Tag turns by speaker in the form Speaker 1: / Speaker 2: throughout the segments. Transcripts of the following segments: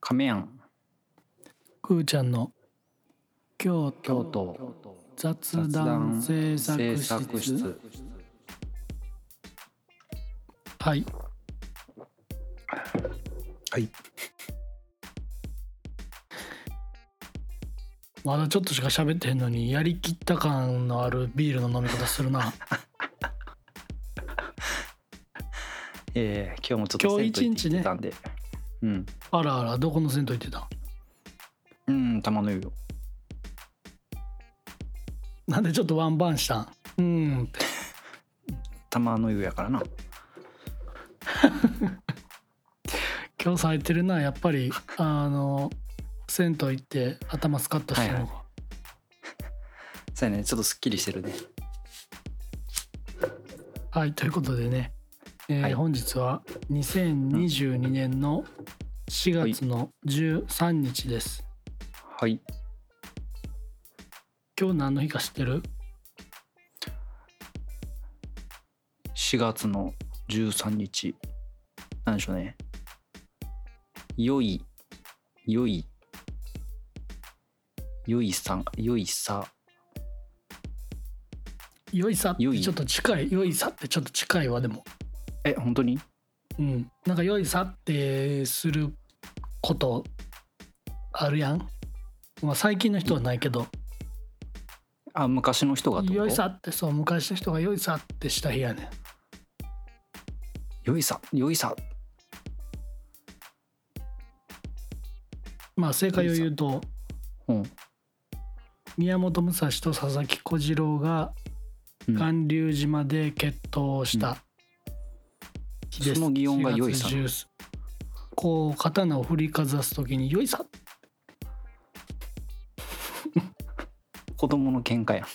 Speaker 1: 亀庵
Speaker 2: くーちゃんの京
Speaker 1: 京
Speaker 2: 都
Speaker 1: 都
Speaker 2: 雑
Speaker 1: 雑
Speaker 2: 談
Speaker 1: 談
Speaker 2: 制
Speaker 1: 制
Speaker 2: 作
Speaker 1: 作
Speaker 2: 室
Speaker 1: 室
Speaker 2: はい
Speaker 3: はい
Speaker 2: まだちょっとしか喋ってへんのにやりきった感のあるビールの飲み方する な
Speaker 1: えー、今日もちょっと
Speaker 2: 今日
Speaker 1: 銭湯行って
Speaker 2: 一日ね
Speaker 1: きてたんで、うん
Speaker 2: あらあらどこの銭湯行ってた
Speaker 1: うん玉の湯よ
Speaker 2: なんでちょっとワンバンしたんうーんって
Speaker 1: 玉の湯やからな
Speaker 2: 今日咲いてるなやっぱりあの銭湯行って頭スカッとしてるのが、
Speaker 1: そうやねちょっとすっきりしてるね
Speaker 2: はい、ということでね、えー
Speaker 1: はい
Speaker 2: 本日は2022年の4月の13日です。
Speaker 1: はい
Speaker 2: 今日何の日か知ってる
Speaker 1: 4月の13日なんでしょうね良い良い良いさん良いさ
Speaker 2: よいさって
Speaker 1: よい
Speaker 2: ちょっと近いよいさってちょっと近いわでも、
Speaker 1: え本当に
Speaker 2: うん、なんかよいさってすることあるやん、まあ、最近の人はないけど
Speaker 1: あ昔の人がってこと
Speaker 2: よいさってそう昔の人がよいさってした日やねん
Speaker 1: 良いさ良いさ
Speaker 2: まあ正解を言うと
Speaker 1: うん
Speaker 2: 宮本武蔵と佐々木小次郎が
Speaker 1: うん
Speaker 2: 巌流島で決闘した日です、
Speaker 1: その擬音が良いさ
Speaker 2: 4月10こう刀を振りかざす時に「よいさ
Speaker 1: 子供の喧嘩やん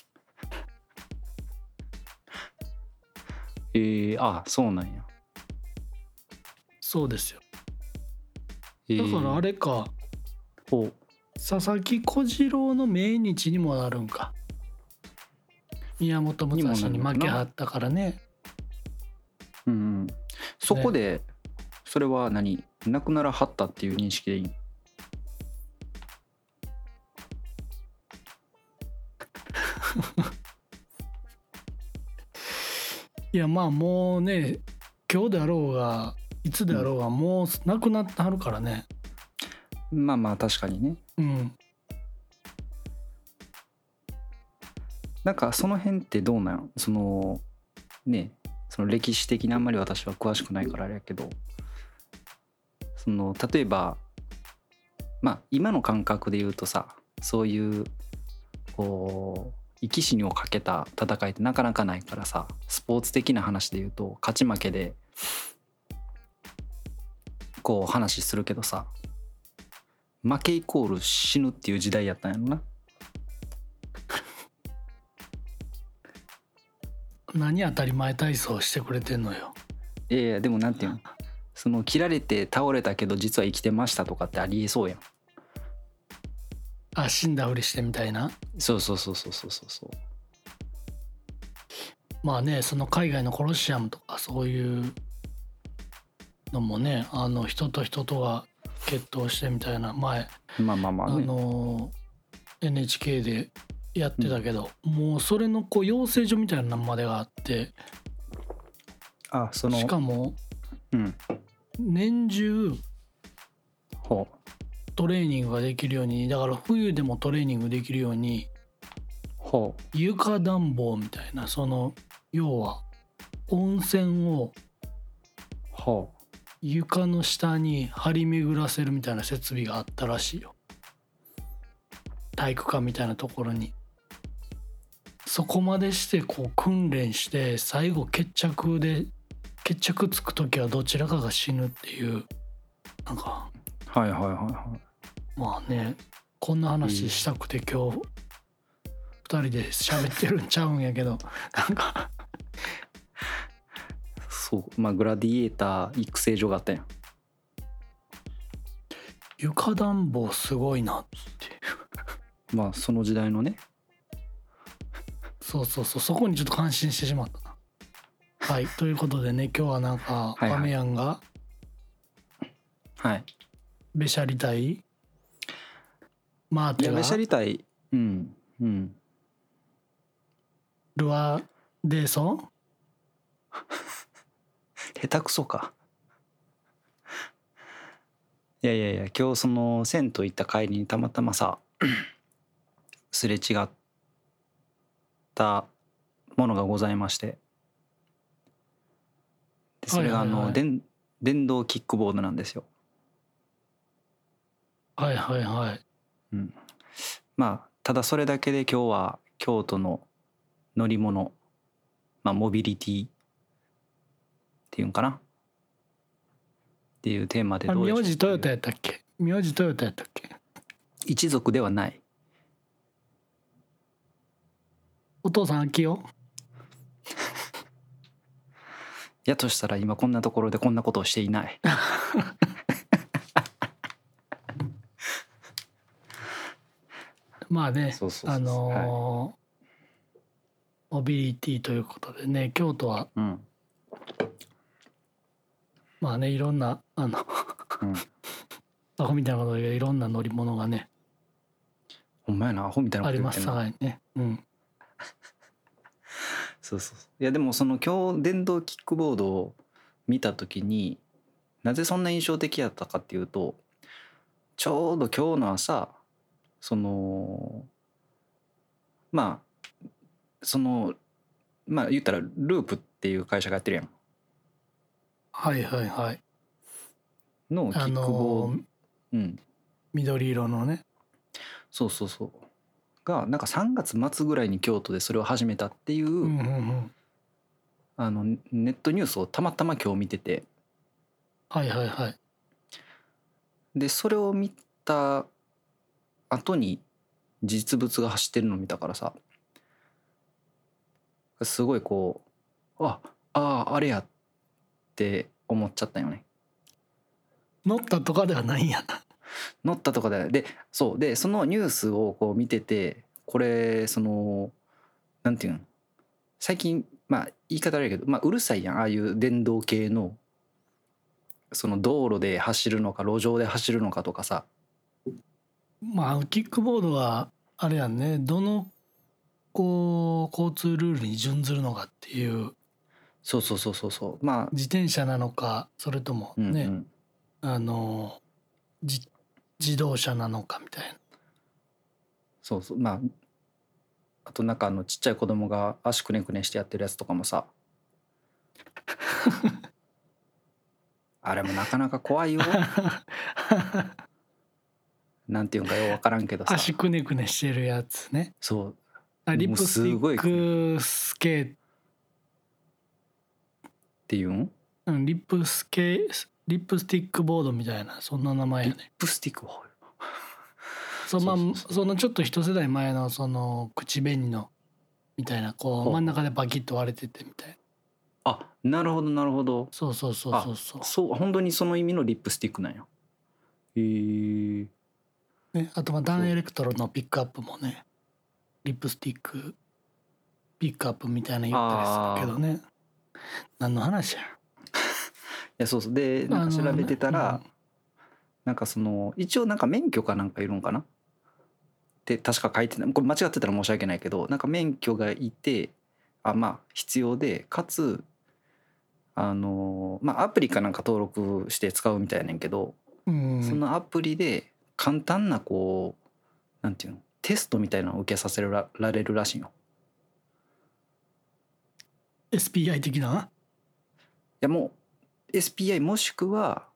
Speaker 1: えー、あそうなんや、」
Speaker 2: そうですよ
Speaker 1: え
Speaker 2: だ
Speaker 1: ー
Speaker 2: からあれか、
Speaker 1: ほう
Speaker 2: 佐々木小次郎の命日にもなるんか宮本武蔵
Speaker 1: に
Speaker 2: に
Speaker 1: もなる
Speaker 2: 負
Speaker 1: の
Speaker 2: け
Speaker 1: かな
Speaker 2: はったからね
Speaker 1: うんうんそこで、それは何なくならはったっていう認識でいいん
Speaker 2: いやまあもうね今日であろうがいつであろうがもうなくなってはるからね
Speaker 1: まあまあ確かにね
Speaker 2: うん
Speaker 1: なんかその辺ってどうなんそのねその歴史的にあんまり私は詳しくないからあれやけどその例えばまあ今の感覚で言うとさそういうこう生き死にをかけた戦いってなかなかないからさスポーツ的な話で言うと勝ち負けでこう話するけどさ負けイコール死ぬっていう時代やったんやろな。
Speaker 2: 何当たり前体操してくれてんのよ
Speaker 1: いやいやでもなんていうのその切られて倒れたけど実は生きてましたとかってありえそうやん
Speaker 2: あ死んだふりしてみたいな
Speaker 1: そうそうそうそうそうそうそう
Speaker 2: まあねその海外のコロシアムとかそういうのもねあの人と人とが決闘してみたいな前
Speaker 1: まあまあま
Speaker 2: あ
Speaker 1: あね
Speaker 2: の NHK でやってたけど、もうそれのこう養成所みたいなのまでがあって
Speaker 1: あその
Speaker 2: しかも
Speaker 1: うん
Speaker 2: 年中
Speaker 1: ほう
Speaker 2: トレーニングができるようにだから冬でもトレーニングできるように
Speaker 1: ほ
Speaker 2: 床暖房みたいなその要は温泉を
Speaker 1: うほ
Speaker 2: 床の下に張り巡らせるみたいな設備があったらしいよ体育館みたいなところにそこまでしてこう訓練して最後決着で決着つく時はどちらかが死ぬっていうなんか
Speaker 1: うはいはいはいは
Speaker 2: まあねこんな話したくて今日2人で喋ってるんちゃうんやけどなんか
Speaker 1: いそうまあグラディエーター育成所があったやん
Speaker 2: 床暖房すごいなって
Speaker 1: まあその時代のね
Speaker 2: そうそうそうそこにちょっと感心してしまったな。 はいということでね今日はなんか
Speaker 1: はいはい
Speaker 2: 亀やんが
Speaker 1: はい
Speaker 2: べしゃりたいマー
Speaker 1: い
Speaker 2: テ
Speaker 1: や
Speaker 2: が
Speaker 1: べしゃりたいうんうん
Speaker 2: ルアーデーソン
Speaker 1: 下手くそかいやいやいや今日その銭湯行った帰りにたまたま さすれ違ったものがございましてでそれがあ
Speaker 2: はいはいは
Speaker 1: の
Speaker 2: い
Speaker 1: 電電動キックボードなんですよ
Speaker 2: はいはいはい
Speaker 1: まあただそれだけで今日は京都の乗り物まあモビリティっていうんかなっていうテーマで
Speaker 2: あ
Speaker 1: どうでしょう
Speaker 2: 名字トヨタやったっけ名字トヨタやったっけ
Speaker 1: 一族ではない
Speaker 2: お父さん秋代
Speaker 1: やとしたら今こんなところでこんなことをしていない
Speaker 2: まあね
Speaker 1: そうそうそうそう
Speaker 2: あのーモビリティということでね京都は
Speaker 1: うん
Speaker 2: まあねいろんなあの
Speaker 1: うん
Speaker 2: アホみたいなことでいろんな乗り物がね
Speaker 1: ほんまやなアホみたいな
Speaker 2: あ
Speaker 1: こと
Speaker 2: り
Speaker 1: 言
Speaker 2: ま
Speaker 1: ってん
Speaker 2: す
Speaker 1: な
Speaker 2: はいね、うん、
Speaker 1: そうそうそういやでもその今日電動キックボードを見た時になぜそんな印象的やったかっていうとちょうど今日の朝そのまあそのまあ言ったらループっていう会社がやってるやん
Speaker 2: はいはいはい
Speaker 1: のキッ
Speaker 2: あ
Speaker 1: クボー
Speaker 2: の
Speaker 1: ド、
Speaker 2: ー
Speaker 1: うん
Speaker 2: 緑色のね
Speaker 1: そうそうそうがなんか3月末ぐらいに京都でそれを始めたっていう、
Speaker 2: うんうんうん
Speaker 1: あのネットニュースをたまたま今日見てて
Speaker 2: はいはいはい
Speaker 1: でそれを見た後に実物が走ってるのを見たからさすごいこうああーあれやって思っちゃったよね
Speaker 2: 乗ったとかではないんやな
Speaker 1: 乗ったとかででそうでそのニュースをこう見ててこれそのなんていうん最近まあ言い方悪いけど、まあ、うるさいやんああいう電動系のその道路で走るのか路上で走るのかとかさ
Speaker 2: まあキックボードはあれやんねどのこう交通ルールに準ずるのかっていう
Speaker 1: そうそうそうそうそうまあ
Speaker 2: 自転車なのかそれとも
Speaker 1: うんうん
Speaker 2: ね、あのじ自動車なのかみたいな
Speaker 1: そうそうまああとなんかあのちっちゃい子供が足くねくねしてやってるやつとかも さあれもなかなか怖いよなんていうんかよう分からんけどさ
Speaker 2: 足くねくねしてるやつね
Speaker 1: そう
Speaker 2: あ
Speaker 1: う
Speaker 2: リップステ
Speaker 1: す
Speaker 2: ィ
Speaker 1: ごい
Speaker 2: ックスケー
Speaker 1: っていうん
Speaker 2: うんリップスケリップスティックボードみたいなそんな名前やね
Speaker 1: プスティックは
Speaker 2: そまあ
Speaker 1: そうそうそう
Speaker 2: そのちょっと一世代前のその口紅のみたいなこ
Speaker 1: ほ
Speaker 2: う
Speaker 1: う
Speaker 2: 真ん中でバキッと割れててみたいな
Speaker 1: あなるほどなるほど
Speaker 2: そうそうそうそうそう
Speaker 1: そう本当にその意味のリップスティックなんやへえ
Speaker 2: ね、あとまあダンエレクトロのピックアップもねリップスティックピックアップみたいな言ったりするけどね何の話や
Speaker 1: いやそうそうでなんか調べてたら、なんかその一応なんか免許かなんかいるんかなって確か書いてないこれ間違ってたら申し訳ないけどなんか免許がいてあまあ必要でかつあのまあアプリかなんか登録して使うみたいやねんけど、
Speaker 2: うん、うん
Speaker 1: そのアプリで簡単なこうなんていうのテストみたいなのを受けさせらられるらしいよ。
Speaker 2: SPI 的ない
Speaker 1: やもう SPI もしくは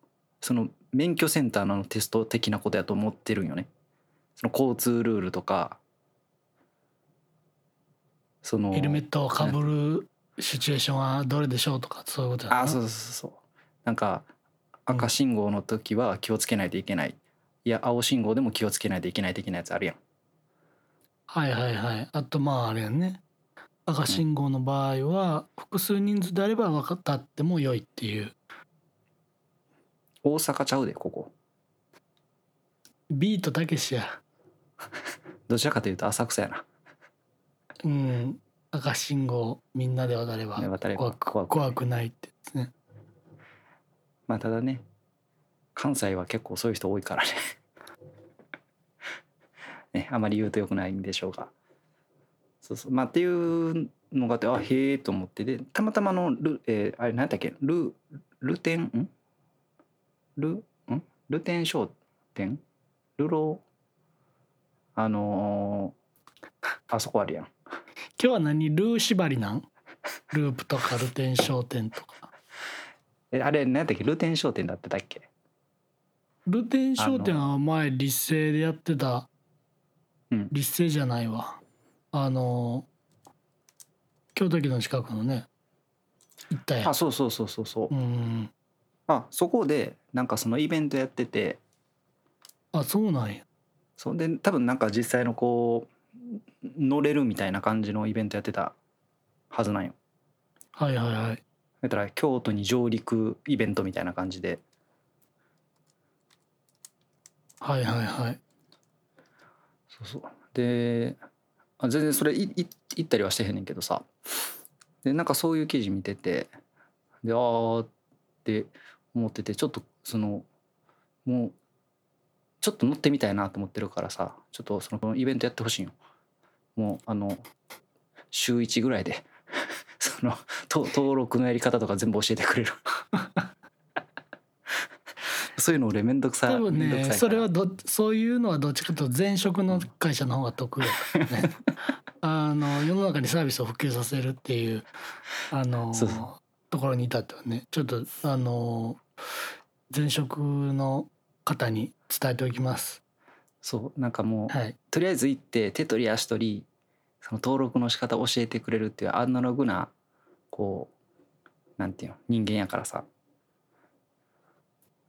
Speaker 1: その免許センターのテスト的なことやと思ってるんよね。その交通ルールとかその
Speaker 2: ヘルメットをかぶるシチュエーションはどれでしょうとかそういうことやな
Speaker 1: あそうそうそうそうなんか赤信号の時は気をつけないといけない、いや青信号でも気をつけないといけない的なやつあるやん
Speaker 2: はいはいはいあとまああれやね赤信号の場合は複数人数であれば分かったっても良いっていう
Speaker 1: 大阪ちゃうでここ
Speaker 2: ビートたけしや
Speaker 1: どちらかというと浅草やな
Speaker 2: うん赤信号みんなで渡れば
Speaker 1: ね渡れば
Speaker 2: 怖く
Speaker 1: 怖く
Speaker 2: 怖くないってやつね
Speaker 1: まあただね関西は結構そういう人多いからね ねあまり言うとよくないんでしょうがそうそうまあっていうのがあってあへえと思ってでたまたまあのル、えーあれ何だっけルルテンんルんルテン商店ルローあのーあそこあるやん
Speaker 2: 日は何ルー縛りなん ループとかルテン商店とか
Speaker 1: えあれ何やったっけルテン商店だってたっけ
Speaker 2: ルテン商店は前立成でやってた
Speaker 1: うん
Speaker 2: 立成じゃないわあの京都駅の近くのね行ったや
Speaker 1: あ
Speaker 2: ん
Speaker 1: そうそうそうそうそう、
Speaker 2: うん
Speaker 1: あそこでなんかそのイベントやってて
Speaker 2: あそうなんや
Speaker 1: そんで多分なんか実際のこう乗れるみたいな感じのイベントやってたはずなんよ
Speaker 2: はいはいはい
Speaker 1: だから京都に上陸イベントみたいな感じで
Speaker 2: はいはいはい
Speaker 1: そうそうであ全然それいい行ったりはしてへんねんけどさでなんかそういう記事見ててであーって思っててちょっとそのもうちょっと乗ってみたいなと思ってるからさちょっとそのこのイベントやってほしいんよもうあの週1ぐらいで そのと登録のやり方とか全部教えてくれるそういうの俺めんどくさ
Speaker 2: 多分
Speaker 1: めんどくさい
Speaker 2: ね
Speaker 1: から
Speaker 2: それはどそういうのはどっちかというと前職の会社の方が得意だか らねあの世の中にサービスを普及させるっていうあの
Speaker 1: そうそ
Speaker 2: ところに至ってはねちょっとあの前職の方に伝えておきます
Speaker 1: そうなんかもう、
Speaker 2: はい
Speaker 1: とりあえず行って手取り足取りその登録の仕方教えてくれるっていうアナログなこうなんていうの人間やからさ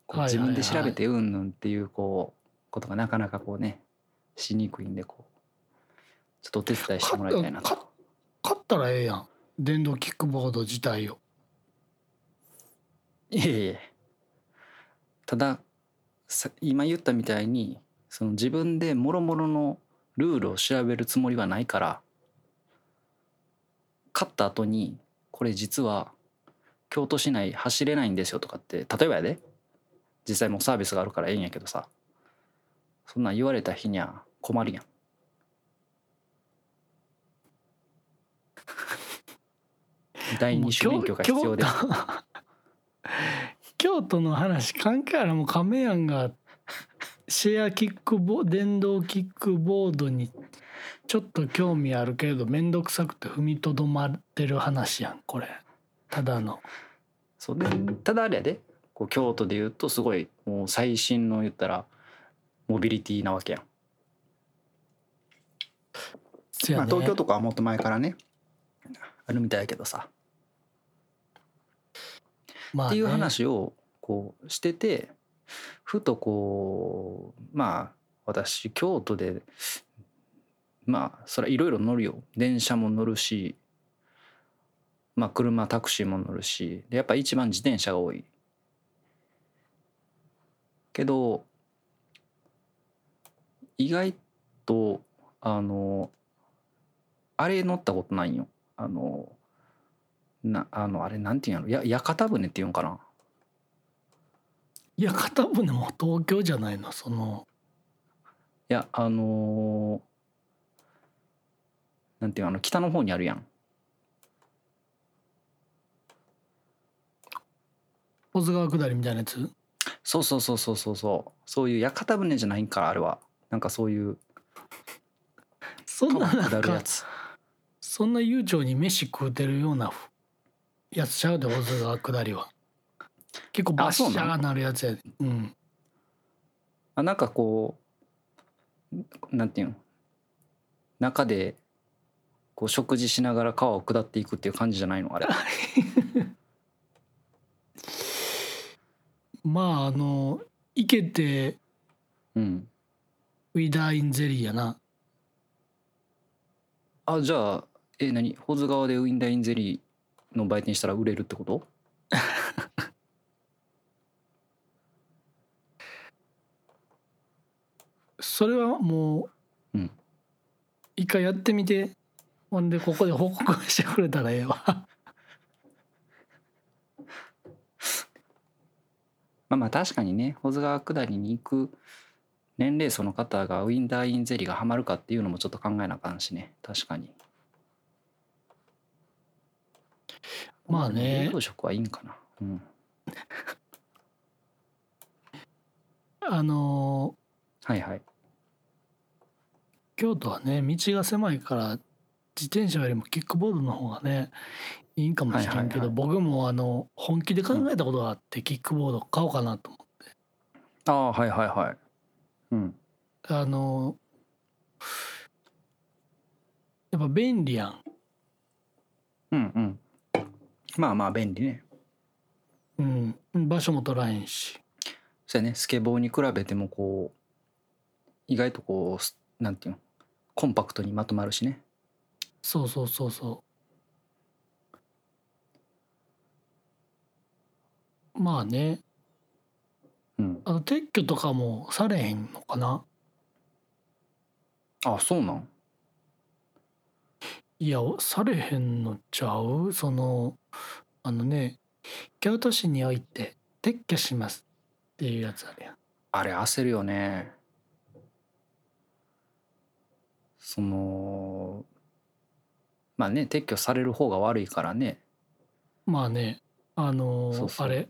Speaker 1: こう
Speaker 2: はいはい
Speaker 1: 自分で
Speaker 2: はい
Speaker 1: 調べてうんぬんっていうこうことがなかなかこうねしにくいんでこうちょっとお手伝いしてもらいたいな
Speaker 2: か
Speaker 1: と
Speaker 2: 勝ったらええやん電動キックボード自体を
Speaker 1: いえいえたださ今言ったみたいにその自分でもろもろのルールを調べるつもりはないから勝った後にこれ実は京都市内走れないんですよとかって例えばやで実際もうサービスがあるからええんやけどさそんなん言われた日にゃ困るやん第
Speaker 2: もう
Speaker 1: 二種免許が必要です
Speaker 2: 京都 京都の話関係あるもう亀やんがシェアキックボ電動キックボードにちょっと興味あるけれど面倒くさくて踏みとどまってる話やんこれただの
Speaker 1: そうでただあれやでこう京都でいうとすごいもう最新の言ったらモビリティなわけやん、
Speaker 2: せや
Speaker 1: まあ、
Speaker 2: ね
Speaker 1: 東京とかはもっと前からねあるみたいやけどさ、
Speaker 2: まあ
Speaker 1: っ
Speaker 2: ね
Speaker 1: ていう話をこうしててふとこうまあ私京都でまあそれいろいろ乗るよ電車も乗るしまあ車タクシーも乗るしでやっぱ一番自転車が多いけど意外とあのあれ乗ったことないんよあのなあのあれなんていうんやろや屋形船っていうんかない
Speaker 2: や片船も東京じゃないのその
Speaker 1: いやあのーなんていうのあの北の方にあるやん
Speaker 2: 保津川下りみたいなやつ
Speaker 1: そうそうそうそうそうそうそういう屋形船じゃないんからあれはなんかそういう
Speaker 2: そんなな
Speaker 1: 下
Speaker 2: ん
Speaker 1: るや
Speaker 2: か
Speaker 1: つ
Speaker 2: そんな悠長に飯食うてるようなふやつちゃうで小津川下りは結構バッシャ
Speaker 1: あそうな
Speaker 2: ーなるやつやでうん
Speaker 1: あなんかこうなんていうの中でこう食事しながら川を下っていくっていう感じじゃない のあれ
Speaker 2: まああのイケて
Speaker 1: うん
Speaker 2: ウィダーインゼリーやな
Speaker 1: あじゃあえ何保津川でウィンダインゼリーの売店したら売れるってこと
Speaker 2: それはもう、
Speaker 1: うん
Speaker 2: 一回やってみてほんでここで報告してくれたらええわ
Speaker 1: まあまあ確かにね保津川下りに行く年齢層の方がウィンダーインゼリーがハマるかっていうのもちょっと考えなあかんしね確かに
Speaker 2: まあね
Speaker 1: 栄養食はいいんかなうん
Speaker 2: あの
Speaker 1: はいはい
Speaker 2: ー京都はね道が狭いから自転車よりもキックボードの方がねいいんかもしれんけど、
Speaker 1: はいはいはい
Speaker 2: 僕もあの本気で考えたことがあって、キックボード買おうかなと思って
Speaker 1: ああはいはいはいうん
Speaker 2: あのやっぱ便利やん、
Speaker 1: うんうんまあまあ便利ね
Speaker 2: うん、場所も取らへんし
Speaker 1: そうやねスケボーに比べてもこう意外とこうすなんていうのコンパクトにまとまるしね
Speaker 2: そうそうそうそうまあね
Speaker 1: うん
Speaker 2: あの撤去とかもされへんのかな
Speaker 1: あそうなん
Speaker 2: いやされへんのちゃうそのあのね京都市において撤去しますっていうやつあるやん
Speaker 1: あれ焦るよねそのまあね撤去される方が悪いからね
Speaker 2: まあねあのー
Speaker 1: そうそう
Speaker 2: あれ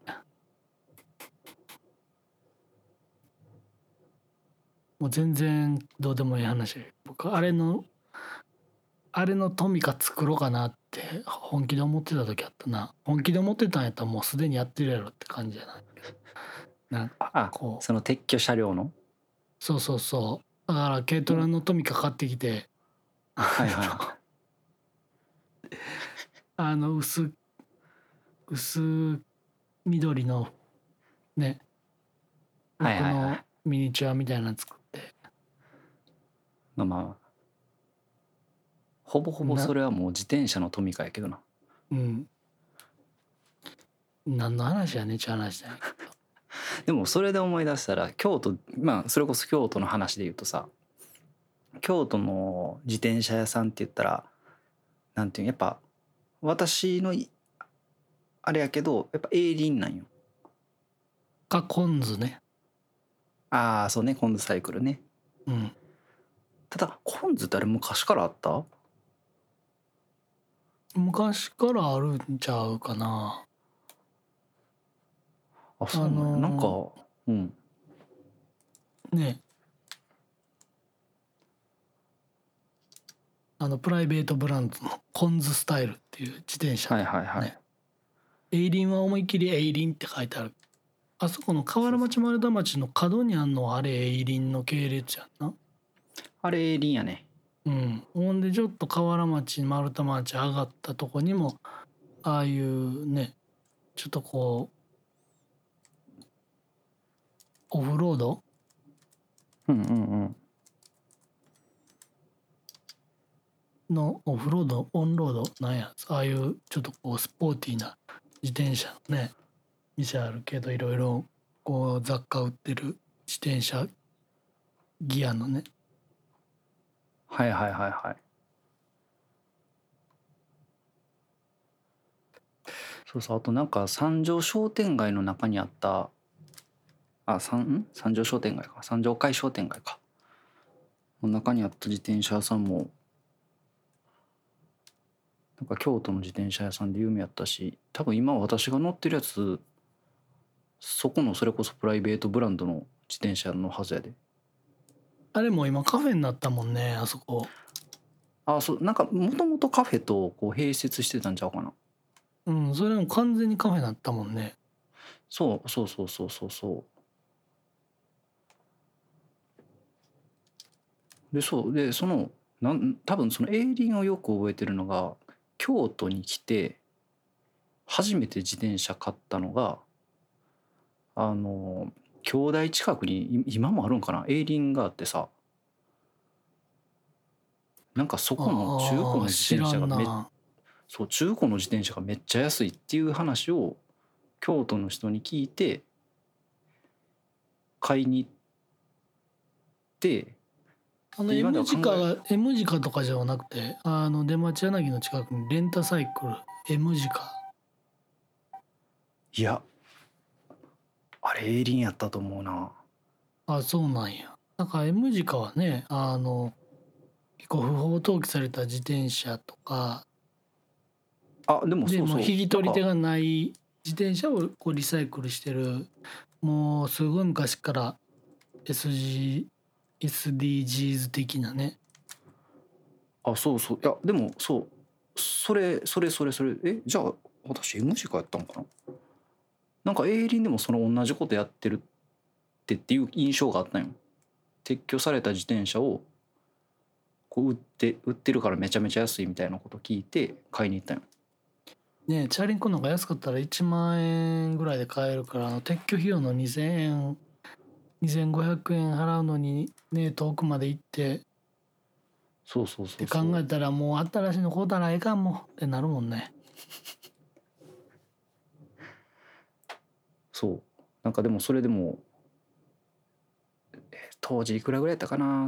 Speaker 2: もう全然どうでもいい話僕あれのあれのトミカ作ろうかなって本気で思ってた時あったな本気で思ってたんやったらもうすでにやってるやろって感じじゃないなんか
Speaker 1: あ
Speaker 2: こう
Speaker 1: その撤去車両の
Speaker 2: そうそうそうだから軽トラのトミカ買ってきて、
Speaker 1: はい は
Speaker 2: あの薄薄緑のね
Speaker 1: はいはいはい
Speaker 2: 僕のミニチュアみたいなの作って
Speaker 1: いまあまあほぼほぼそれはもう自転車のトミカやけどな
Speaker 2: うん何の話やねっちゅう話だよ
Speaker 1: でもそれで思い出したら京都まあそれこそ京都の話で言うとさ京都の自転車屋さんって言ったらなんていうのやっぱ私のいあれやけどやっぱ営林なんよ
Speaker 2: かコンズね
Speaker 1: ああそうねコンズサイクルね
Speaker 2: うん
Speaker 1: ただコンズってあれ昔からあった
Speaker 2: 昔からあるんちゃうかな
Speaker 1: あそうなんや、
Speaker 2: あのー
Speaker 1: なんかうん
Speaker 2: ねあのプライベートブランドのコンズスタイルっていう自転車
Speaker 1: はいはいはい、
Speaker 2: ねエイリンは思いっきりエイリンって書いてあるあそこの河原町丸田町の角にあんのはあれエイリンの系列やんな
Speaker 1: あれ営林やね
Speaker 2: うんほんでちょっと河原町丸田町上がったとこにもああいうねちょっとこうオフロード
Speaker 1: うんうんうん
Speaker 2: のオフロードオンロードなんやああいうちょっとこうスポーティーな自転車のね店あるけどいろいろこう雑貨売ってる自転車ギアのね
Speaker 1: はいはいはいはいそうそうあとなんか三条商店街の中にあったあ三ん三条商店街か三条会商店街かの中にあった自転車屋さんもなんか京都の自転車屋さんで有名やったし多分今私が乗ってるやつそこのそれこそプライベートブランドの自転車のはずやで
Speaker 2: あれも今カフェになったもんねあそこ
Speaker 1: あそうなんかもともとカフェとこう併設してたんちゃうかな
Speaker 2: うんそれも完全にカフェになったもんね
Speaker 1: そうそうそうそうそうそうでそうでそのなん多分そのエイリンをよく覚えてるのが京都に来て初めて自転車買ったのがあの兄弟近くにい今もあるんかなエイリンがあってさなんかそこの中古の
Speaker 2: あー
Speaker 1: 自
Speaker 2: 知
Speaker 1: 転
Speaker 2: ら
Speaker 1: 車が
Speaker 2: ん
Speaker 1: めっ
Speaker 2: な
Speaker 1: そう中古の自転車がめっちゃ安いっていう話を京都の人に聞いて買いに行って
Speaker 2: あの
Speaker 1: 今では
Speaker 2: M
Speaker 1: 考
Speaker 2: 字
Speaker 1: え
Speaker 2: 架が M 字架とかじゃなくてあの出町柳の近くにレンタサイクル M 字架
Speaker 1: いやあれエイリンやったと思うな
Speaker 2: あそうなんやなんか M 字カはねあの結構不法投棄された自転車とか
Speaker 1: あでも
Speaker 2: で
Speaker 1: そうそ
Speaker 2: も
Speaker 1: う
Speaker 2: う引き取り手
Speaker 1: なんか
Speaker 2: がない自転車をこうリサイクルしてるもうすごい昔から SG SDGs 的なね
Speaker 1: あそうそういやでもそうそれそれそれそれえじゃあ私 M 字かやったんかななんかエイリンでもその同じことやってるってっていう印象があったんよ撤去された自転車をこう売って売ってるからめちゃめちゃ安いみたいなこと聞いて買いに行ったんよ
Speaker 2: ねチャリンコなんか安かったら1万円ぐらいで買えるからあの撤去費用の2,000円2500円払うのにね遠くまで行ってっ
Speaker 1: そうそうそう
Speaker 2: て
Speaker 1: そ
Speaker 2: 考
Speaker 1: う
Speaker 2: えたらもう新しいのこうたらええかんもうってなるもんね
Speaker 1: そうなんかでもそれでもえー当時いくらぐらいやったかな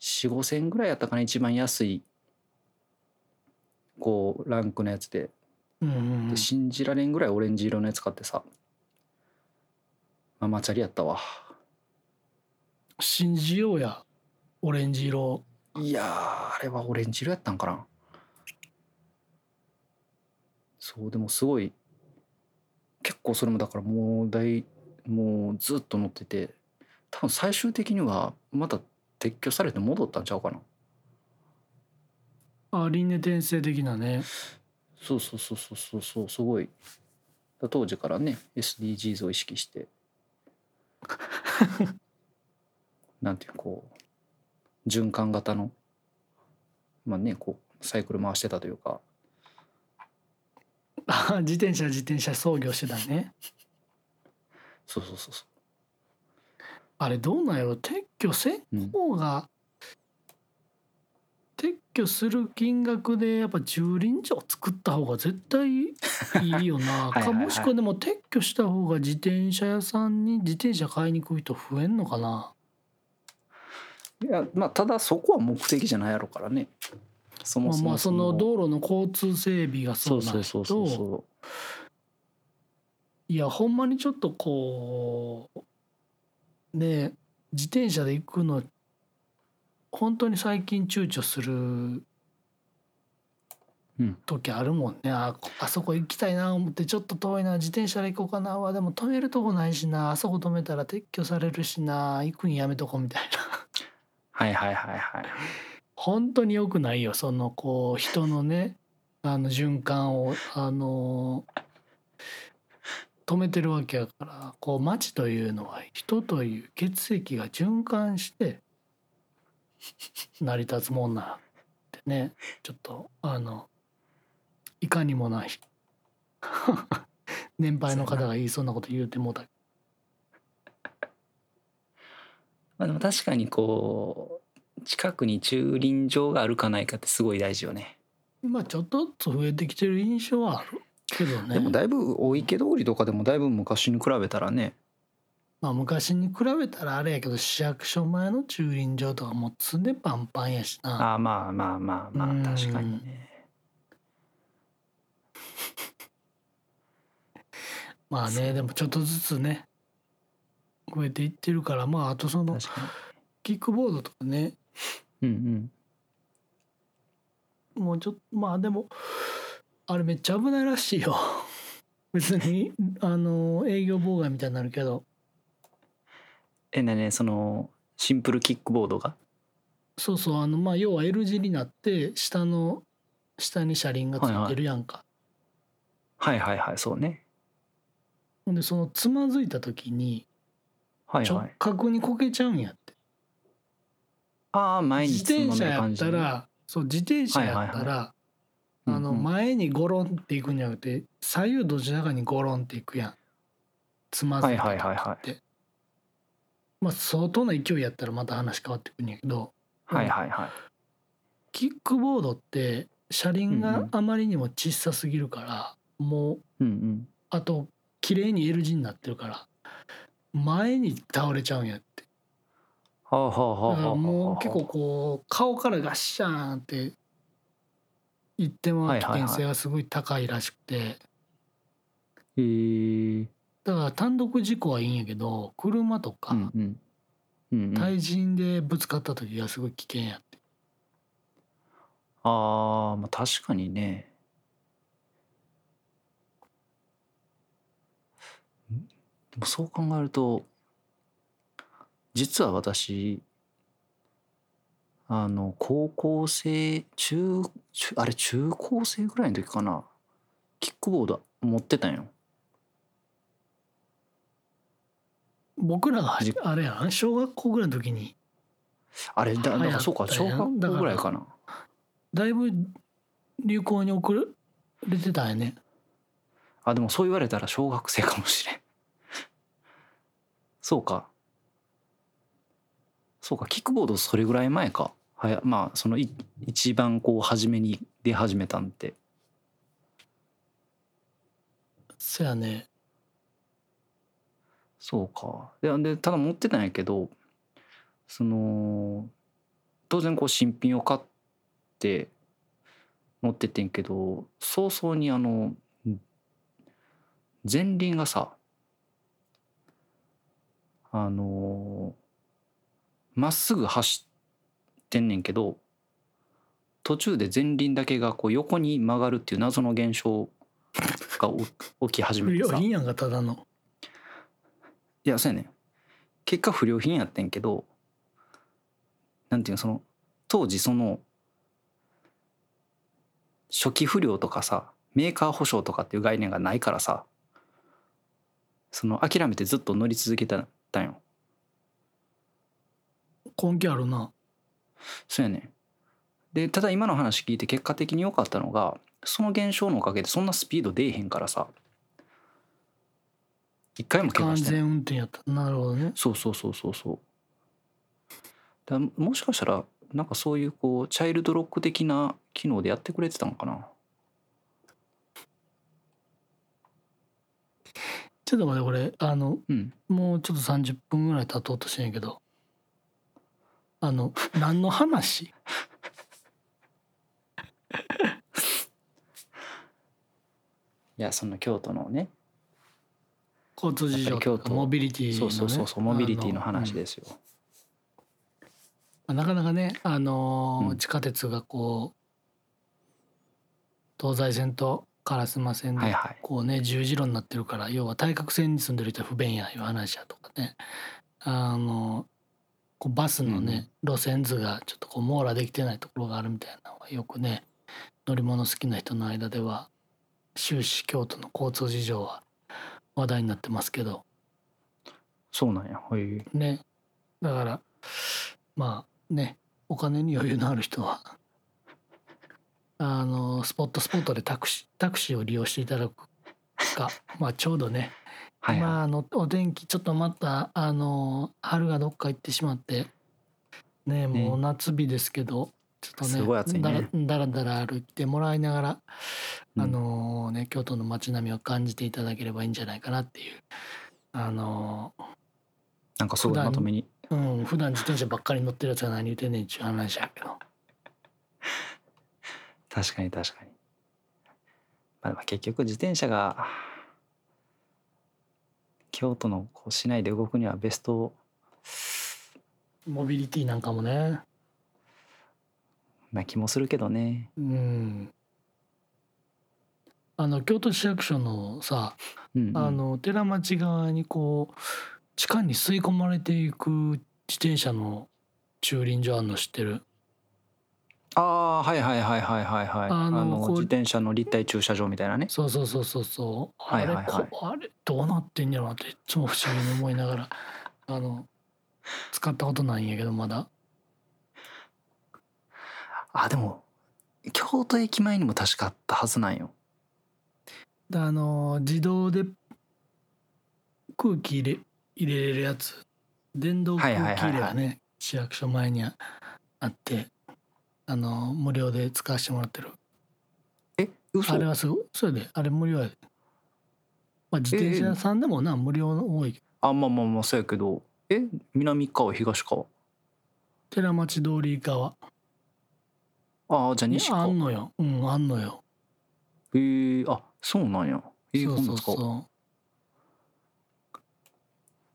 Speaker 1: 4 5千ぐらいやったかな一番安いこうランクのやつで,、
Speaker 2: うんうんう
Speaker 1: で
Speaker 2: ん
Speaker 1: 信じられんぐらいオレンジ色のやつ買ってさママチャリやったわ
Speaker 2: 信じようやオレンジ色
Speaker 1: いやーあれはオレンジ色やったんかなそうでもすごい結構それもだからもう大もうずっと乗ってて多分最終的にはまた撤去されて戻ったんちゃうかな
Speaker 2: あ輪廻転生的なね
Speaker 1: そうそうそうそうそうそうすごい当時からね SDGs を意識して なんていうこう循環型のまあねこうサイクル回してたというか
Speaker 2: あ自転車自転車操業してたね
Speaker 1: そうそうそうそう
Speaker 2: あれどうなんやろ撤去せん
Speaker 1: うん
Speaker 2: 方が、撤去する金額でやっぱ駐輪場作った方が絶対いいよ な
Speaker 1: はいはいはい
Speaker 2: かもしくはでも撤去した方が自転車屋さんに自転車買いに行く人増えんのかない
Speaker 1: やまあただそこは目的じゃないやろからねそも
Speaker 2: まあ
Speaker 1: そも
Speaker 2: まあその道路の交通整備が
Speaker 1: そ
Speaker 2: そううな
Speaker 1: そうそ
Speaker 2: んや
Speaker 1: う
Speaker 2: け
Speaker 1: そう
Speaker 2: ど
Speaker 1: そ
Speaker 2: いやほんまにちょっとこうねえ自転車で行くの本当に最近躊躇する
Speaker 1: うん
Speaker 2: 時あるもんね、あこあそこ行きたいな思ってちょっと遠いな自転車で行こうかなはでも止めるとこないしなあそこ止めたら撤去されるしな行くんやめとこみたいな
Speaker 1: はいはいはいはい
Speaker 2: 本当に良くないよそのこう人のね あの循環をあの止めてるわけやからこう街というのは人という血液が循環して成り立つもんなんやってねちょっとあのいかにもない 年配の方が言いそうなこと言うてもうた
Speaker 1: まあでも確かにこう近くに駐輪場があるかないかってすごい大事よね
Speaker 2: 今ちょっとずつ増えてきてる印象はあるけどね
Speaker 1: でもだいぶお池通りとかでもだいぶ昔に比べたらね
Speaker 2: まあ昔に比べたらあれやけど市役所前の駐輪場とかもう常でパンパンやしな
Speaker 1: ああまあまあまあま
Speaker 2: うん
Speaker 1: あ確かにね
Speaker 2: まあ
Speaker 1: そ
Speaker 2: ね
Speaker 1: う
Speaker 2: でもちょっとずつね増えていってるからまああとその
Speaker 1: 確か
Speaker 2: キックボードとかね
Speaker 1: にうん
Speaker 2: もうちょっとまあでもあれめっちゃ危ないらしいよ 別にあの営業妨害みたいになるけど
Speaker 1: うんえねえねえそのシンプルキックボードが
Speaker 2: そうそうあのまあ要は L 字になって下の下に車輪がついてるやんか、
Speaker 1: はいはいはいそうね
Speaker 2: ほんでそのつまずいた時に
Speaker 1: はいは
Speaker 2: 直
Speaker 1: い
Speaker 2: 角にこけちゃうんやって。
Speaker 1: ああ前に
Speaker 2: 自
Speaker 1: つ
Speaker 2: 転
Speaker 1: まめ
Speaker 2: 車
Speaker 1: る
Speaker 2: やっ
Speaker 1: 感じ
Speaker 2: たらそう自転車やった
Speaker 1: はいは
Speaker 2: ら
Speaker 1: うんうん
Speaker 2: あの前にゴロンっていくんじゃなくて左右どちらかにゴロンっていくやんつまずいた時って、
Speaker 1: はいはいはいは
Speaker 2: まあ相当な勢いやったらまた話変わってくるんやけど
Speaker 1: はいはいはい
Speaker 2: キックボードって車輪
Speaker 1: うんう
Speaker 2: が
Speaker 1: ん
Speaker 2: あまりにも小さすぎるから、もう
Speaker 1: うんうん
Speaker 2: あと綺麗に L 字になってるから前に倒れちゃうんやって
Speaker 1: はあはあはあはあは
Speaker 2: だから
Speaker 1: あ
Speaker 2: もう結構こう顔からガッシャーンって一点は危険性がすごい高いらしくて、
Speaker 1: へえ
Speaker 2: だから単独事故はいいんやけど車と
Speaker 1: う
Speaker 2: か
Speaker 1: んうんうんうん、
Speaker 2: 対人でぶつかった時はすごい危険やって
Speaker 1: あー、まあ確かにねんでもそう考えると実は私あの高校生中中あれ中高生ぐらいの時かなキックボード持ってたんよ
Speaker 2: 僕らがはじ
Speaker 1: じ
Speaker 2: あれやな小学校ぐらいの時に
Speaker 1: あれだだからそうか
Speaker 2: 流
Speaker 1: 小
Speaker 2: 行ったんや
Speaker 1: 学校ぐらいかな
Speaker 2: だいぶ流行に遅れてたんやね
Speaker 1: あでもそう言われたら小学生かもしれん そうかそうかキックボードそれぐらい前かはやまあそのい一番こう初めに出始めたんって
Speaker 2: そやね
Speaker 1: そうかででただ持ってたんやけどその当然こう新品を買って持ってってんけど早々にあのん前輪がさあのまっすぐ走ってんねんけど途中で前輪だけがこう横に曲がるっていう謎の現象が起起き始
Speaker 2: 不
Speaker 1: めて
Speaker 2: 良
Speaker 1: さ
Speaker 2: 品やんかただの
Speaker 1: いやそうやねん結果不良品やってんけどなんていうのその当時その初期不良とかさメーカー保証とかっていう概念がないからさその諦めてずっと乗り続けてたんよ
Speaker 2: 根拠あるな
Speaker 1: そうやねんでただ今の話聞いて結果的に良かったのがその現象のおかげでそんなスピード出えへんからさ一回も怪
Speaker 2: 完
Speaker 1: 我してない
Speaker 2: 全運転やったなるほどね
Speaker 1: そうそうそうそうそうだもしかしたらなんかそういうこうチャイルドロック的な機能でやってくれてたのかな
Speaker 2: ちょっと待ってこれあの
Speaker 1: うん
Speaker 2: もうちょっと30分ぐらい経とうとしてんやけどあの何の話
Speaker 1: いやその京都のね
Speaker 2: 交通事
Speaker 1: やっ
Speaker 2: 情
Speaker 1: ぱり京
Speaker 2: とか
Speaker 1: 都
Speaker 2: モビリティの、ね、
Speaker 1: そうそうそうそうモビリティの話
Speaker 2: で
Speaker 1: ですよ、
Speaker 2: まあなかなかね、あのー
Speaker 1: うん
Speaker 2: 地下鉄がこう東西線と烏丸線
Speaker 1: はい
Speaker 2: で
Speaker 1: はい
Speaker 2: こうね、十字路になってるから要は対角線に住んでる人は不便やいう話やとかねあのーこうバスのね、路線図がちょっとこう網羅できてないところがあるみたいなのはよくね乗り物好きな人の間では終始京都の交通事情は話題になってますけど
Speaker 1: そうなんやへえ
Speaker 2: ねだからまあねお金に余裕のある人は あのスポットスポットでタクシータクシーを利用していただくかまあちょうどね、
Speaker 1: はいはい、
Speaker 2: まああのお天気ちょっとまたあの春がどっか行ってしまってねもう夏日ですけど、ちょっとね
Speaker 1: すごい暑いね
Speaker 2: だらだらだら歩いてもらいながら、
Speaker 1: うん
Speaker 2: あのね京都の街並みを感じていただければいいんじゃないかなっていうあの
Speaker 1: なんかすごい
Speaker 2: 普段
Speaker 1: まとめに
Speaker 2: うん、普段自転車ばっかり乗ってるやつは何言ってんねんっちゅう話やけど。
Speaker 1: 確かに確かに、まあ、まあ結局自転車が京都のこう市内で動くにはベスト
Speaker 2: モビリティなんかもね。
Speaker 1: な気もするけどね
Speaker 2: うん。あの京都市役所のさ、
Speaker 1: うん、うん、
Speaker 2: あの寺町側にこう地下に吸い込まれていく自転車の駐輪場あんの知ってる。
Speaker 1: ああーはいはいはいはいはいはい
Speaker 2: あ
Speaker 1: あ
Speaker 2: の
Speaker 1: の
Speaker 2: こう
Speaker 1: 自転車の立体駐車場みたいなね
Speaker 2: そうそうそうそうそう。あ
Speaker 1: は
Speaker 2: れ、
Speaker 1: いはいはい
Speaker 2: こあれどうなってんやろなっていつも不思議に思いながらあの使ったことないんやけどまだ。
Speaker 1: あでも京都駅前にも確かあったはずなんよ
Speaker 2: だあのー自動で空気入れ入れれるやつ電動空気入れ
Speaker 1: はいは
Speaker 2: が
Speaker 1: いは
Speaker 2: ね市役所前にあってあのー無料で使わせてもらってる
Speaker 1: え嘘
Speaker 2: あれはすごいそれであれ無料やで、まあ、自転車屋さんでもな、無料の多い
Speaker 1: あまあまあまあそうやけどえ南川東川
Speaker 2: 寺町通り側
Speaker 1: ああじゃあ
Speaker 2: に
Speaker 1: 西
Speaker 2: あ
Speaker 1: 川
Speaker 2: んのようんあんのよ
Speaker 1: へえあそうなんやえ
Speaker 2: そ
Speaker 1: 今
Speaker 2: うそ
Speaker 1: 度
Speaker 2: う
Speaker 1: 使おう
Speaker 2: そ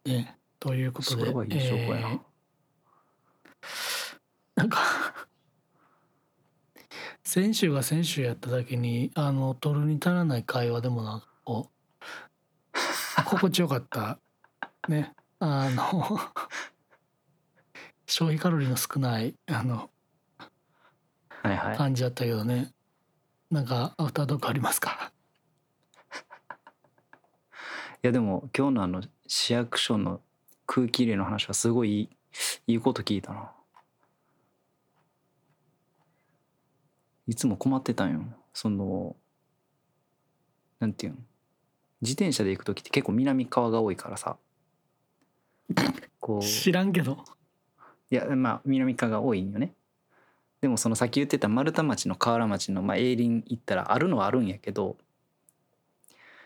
Speaker 2: ねということで
Speaker 1: それはいい証拠やな、
Speaker 2: えーなんか先週が先週やっただけにあの取るに足らない会話でもなんかこう心地よかったねあの消費カロリーの少ないあの
Speaker 1: はいはい、
Speaker 2: 感じだったけどねなんかアフタードックありますか
Speaker 1: いやでも今日のあの市役所の空気入れの話はすごいいいいいこと聞いたな。いつも困ってたんよ。そのなんていうの自転車で行く時って結構南側が多いからさこ う
Speaker 2: 知らんけど
Speaker 1: いやまあ南側が多いんよね。でもそのさっき言ってた丸太町の河原町の、まあ、営林行ったらあるのはあるんやけど、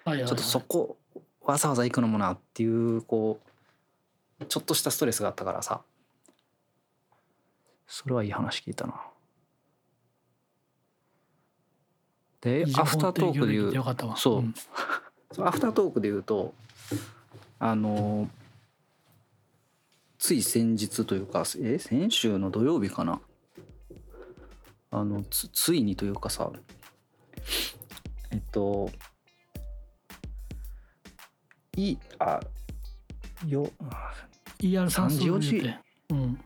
Speaker 2: はいはいはい
Speaker 1: ちょっとそこわざわざ行くのもなっていうこうちょっとしたストレスがあったからさそれはいい話聞いたなで
Speaker 2: 非常
Speaker 1: アフタートークで
Speaker 2: 提供き
Speaker 1: 言
Speaker 2: て
Speaker 1: う
Speaker 2: よかったわ
Speaker 1: そうんそうアフタートークで言うとあのつい先日というかえ先週の土曜日かなあのつついにというかさえっといあよ
Speaker 2: ER 酸素
Speaker 1: 3時4時
Speaker 2: でうん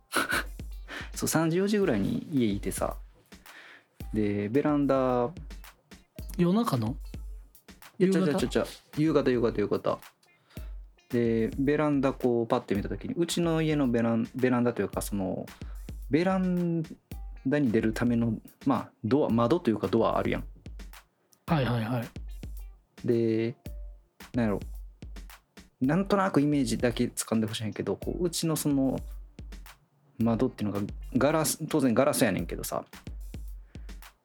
Speaker 1: そう3時4時ぐらいに家いてさでベランダ
Speaker 2: 夜中の
Speaker 1: いや
Speaker 2: 夕
Speaker 1: ち
Speaker 2: 方
Speaker 1: ゃちゃちゃちゃ夕方夕方夕方でベランダこうパッて見た時にうちの家のベランベランダというかそのベランダに出るためのまあドア窓というかドアあるやん
Speaker 2: はいはいはい
Speaker 1: でなんやろなんとなくイメージだけ掴んでほしいんやけどこううちのその窓っていうのがガラス当然ガラスやねんけどさ